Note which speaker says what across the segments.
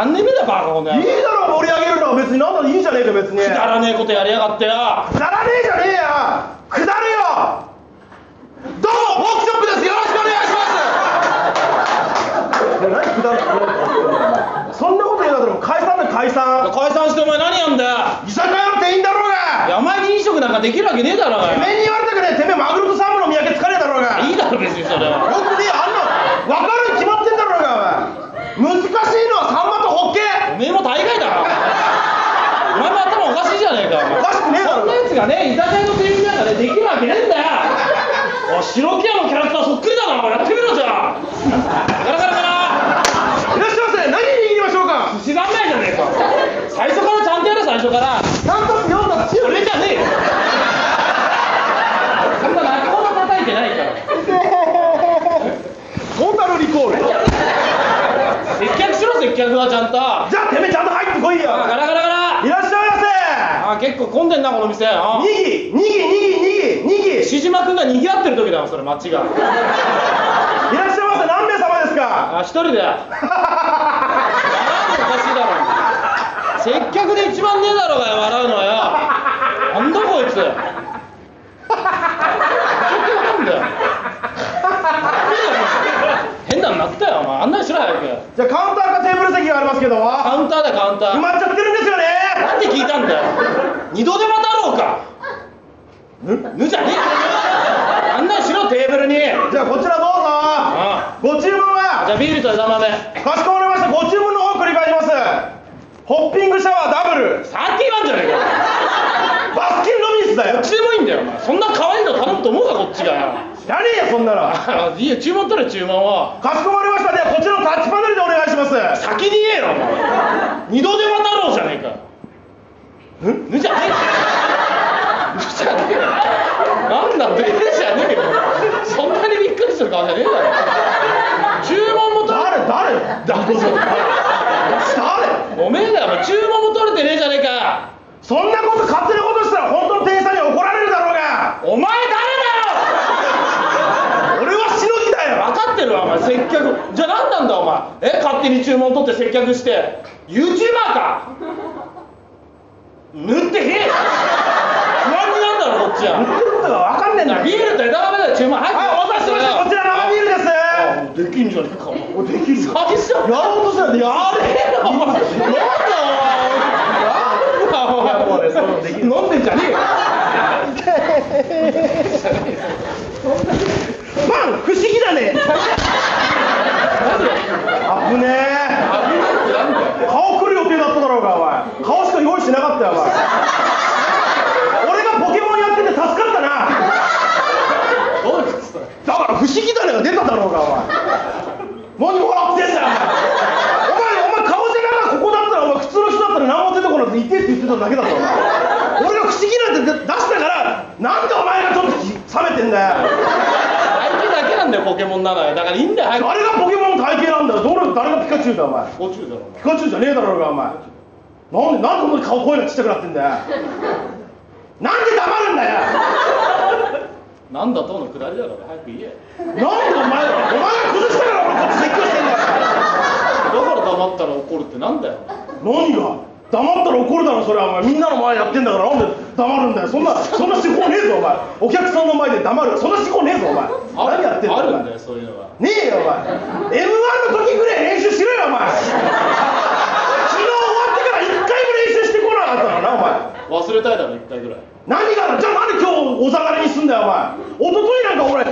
Speaker 1: いいだろ盛り上げ
Speaker 2: ろこの野郎
Speaker 1: るのは別になんだいいじゃねえか別に
Speaker 2: くだらねえことやりやがってよ
Speaker 1: くだらねえじゃねえやくだれよ
Speaker 2: どうもボークショップですよろしくお願いし
Speaker 1: いや何くだらねえそんなこと言うならでも解散だよ解
Speaker 2: ます
Speaker 1: 散
Speaker 2: 解散してお前何やんだよ
Speaker 1: 居酒屋の店員だろう
Speaker 2: い
Speaker 1: が
Speaker 2: やお前に飲食なんかできるわけねえだろうが
Speaker 1: てめ
Speaker 2: よ
Speaker 1: えに言われたくねえてめえマグロとサーモンの見分けつかねえだろうが
Speaker 2: いいだろ別にそれは
Speaker 1: よくねえあんな分かるに決まってんだろうがお前難しいのはサンマとホッケ
Speaker 2: おめえも大概だなお前も頭おかしいじゃねえかお前
Speaker 1: おかしくねえだろ
Speaker 2: そんなやつがね居酒屋の店員なんかねできるわけねえんだ よおい白木屋のキャラクターそっくりだなお前やってみろじゃあガラガラガラ
Speaker 1: いらっしゃいませ何握りましょうか
Speaker 2: 寿司三昧じゃねえか最初からちゃんとやれ最初から
Speaker 1: 三と四だ
Speaker 2: それじゃねえよそんな泣くほど叩いてないから
Speaker 1: トータルリコール
Speaker 2: 接客しろ接客はちゃんとあ
Speaker 1: じゃあてめえちゃんと入ってこいよ
Speaker 2: ガラガラガラ
Speaker 1: いらっしゃいませ
Speaker 2: あ結構混んでんなこの店あ
Speaker 1: にぎにぎにぎにぎにぎいらっし
Speaker 2: 志島君が賑わってる時だもんそれ街が
Speaker 1: ゃいませ何名様ですか
Speaker 2: あ一人でなんでおかしいだろ接客で一番ねえだろうがよ笑うのはよなんだこいつ結局なんだよ変なのなったよお前案内しろ早く
Speaker 1: じゃあカウンターかテーブル席がありますけど埋
Speaker 2: カウンターだカウンター
Speaker 1: まっちゃってるんですよね
Speaker 2: なんで聞いたんだよ二度手間だろうかぬぬじゃねえよ案内しろテーブルにあ
Speaker 1: じゃあこちらど
Speaker 2: あ
Speaker 1: うぞご注文
Speaker 2: じ
Speaker 1: は
Speaker 2: ゃあビールと枝豆
Speaker 1: かしこまりましたご注文の方繰り返しますホッピングシャワーダブル
Speaker 2: サーティワンじゃねえか
Speaker 1: バスキンロビンスだよ
Speaker 2: どっちでもいいんだよお前そんな可愛いの頼むと思うかこっちが よ
Speaker 1: 知らねえよそんなのか
Speaker 2: あいいよ注文取れ注文を
Speaker 1: しこまりましたではこちらのタッチパネルでお願いします
Speaker 2: 先に言えよお前二度手間太郎じゃねえかんぬじゃねえ ぬじゃねえなんだぬじゃねえよそんなにびっくりする顔じゃねえだろ注文も取れ
Speaker 1: 誰誰
Speaker 2: だこそ
Speaker 1: 誰
Speaker 2: おめえだよお前注文も取れてねえじゃねえか
Speaker 1: そんなこと勝手なことしたら本当の店員さんに怒られるだろうが
Speaker 2: お前誰だよ
Speaker 1: 俺はしのぎだよ
Speaker 2: 分かってるわお前接客じゃあ何なんだお前え勝手に注文取って接客して YouTuber か塗ってへえ不安になんだろこっち
Speaker 1: 言っ
Speaker 2: は
Speaker 1: てることが分かんねえんだよ
Speaker 2: ビールと枝豆だよ注文入って
Speaker 1: はい、お待たせしました。こちら生ビールです。
Speaker 2: ルですできんじゃねえかお前
Speaker 1: お、できるよ。
Speaker 2: 詐欺師
Speaker 1: やろうとしたらできる
Speaker 2: やべえなお前なんだお前なんだお
Speaker 1: もうねそので
Speaker 2: 前
Speaker 1: き
Speaker 2: 飲んでんじゃねえよ
Speaker 1: パン、不思議だね。あぶねえ。
Speaker 2: 危ないってなんだよ
Speaker 1: 顔来る予定だっただろうが、お前。顔しか用意してなかったよ、お前。俺がポケモンやってて助かったな。
Speaker 2: どういうことだよ
Speaker 1: だから、不思議だねが出ただろうが、お前。何笑ってんだよ、お前。お前、お前、顔じゃながら、ここだったら、お前、普通の人だったら、何も出てこないって言ってって言ってただけだったお前。俺が不思議なんて出したから、なんでお前がちょっと冷めてんだよ。
Speaker 2: 相手だけなんだよポケモンなのよだからいいんだよ早く
Speaker 1: 誰がポケモン体型なんだよどれ誰がピカチュウだよお前
Speaker 2: 途中だろお前
Speaker 1: ピカチュウじゃねえだろうがお前なんでなんでこんなに顔声がちっちゃくなってんだよなんで黙るんだよ
Speaker 2: なんだとのくだりだから早く言え
Speaker 1: なんでお前お前が崩したから俺こっち説教してんだよ
Speaker 2: だから黙ったら怒るってなんだよ
Speaker 1: 何が黙ったら怒るだろそれはお前みんなの前やってんだからなんで黙るんだよそんなそんな思考ねえぞお前お客さんの前で黙るそんな思考ねえぞお前何やってんだ
Speaker 2: あ
Speaker 1: よお
Speaker 2: る
Speaker 1: 前
Speaker 2: んだよそういうのは
Speaker 1: ねえよお前 m 1の時ぐらい練習しろよお前昨日終わってから一回も練習してこなかったからなお前
Speaker 2: 忘れたいだろ一回ぐらい
Speaker 1: 何がじゃあ何今日おざがれにすんだよお前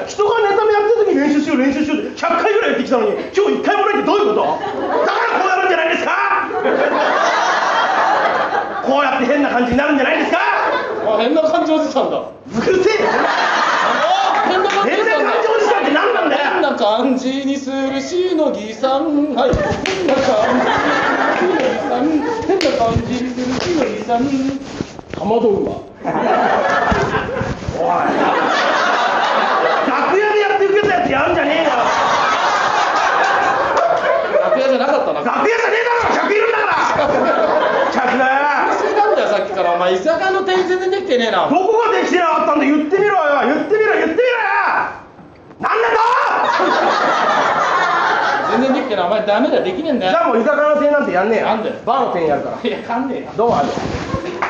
Speaker 1: 一昨日なんか俺人がネタ目やってる時に練習しよう練習しようって100回ぐらいやってきたのに今日一回もないってどういうことだからこうやるんじゃないです かこうやって変な感じになるんじゃないですか
Speaker 2: あ変な感じおじさんだ
Speaker 1: うるせえよ
Speaker 2: あ変な感じお
Speaker 1: 変
Speaker 2: じ
Speaker 1: な
Speaker 2: さ
Speaker 1: 感じ
Speaker 2: んだ
Speaker 1: おじさんって何なんだよ
Speaker 2: 変な感じにするしのぎさんはい変な感じにするしのぎさん変な感じにするしのぎさんかまどうは
Speaker 1: おい楽屋でやって受けたやつやるんじゃねえよ
Speaker 2: 楽屋じゃなかったな好
Speaker 1: 楽屋じゃねえだろ客いるんだから客だよ
Speaker 2: きなんだよさっきからお前居酒屋の店員全然できてねえな
Speaker 1: どこができてなかったんだ言ってみろよ言ってみろ言ってみろよなんなんだ
Speaker 2: 全然できっけなお前ダメだできねえんだ
Speaker 1: じ
Speaker 2: よ
Speaker 1: ゃあもう居酒屋の店なんてやんねえよ
Speaker 2: なんで
Speaker 1: バーの店やるから
Speaker 2: いやかんねえよ
Speaker 1: どうもありがとう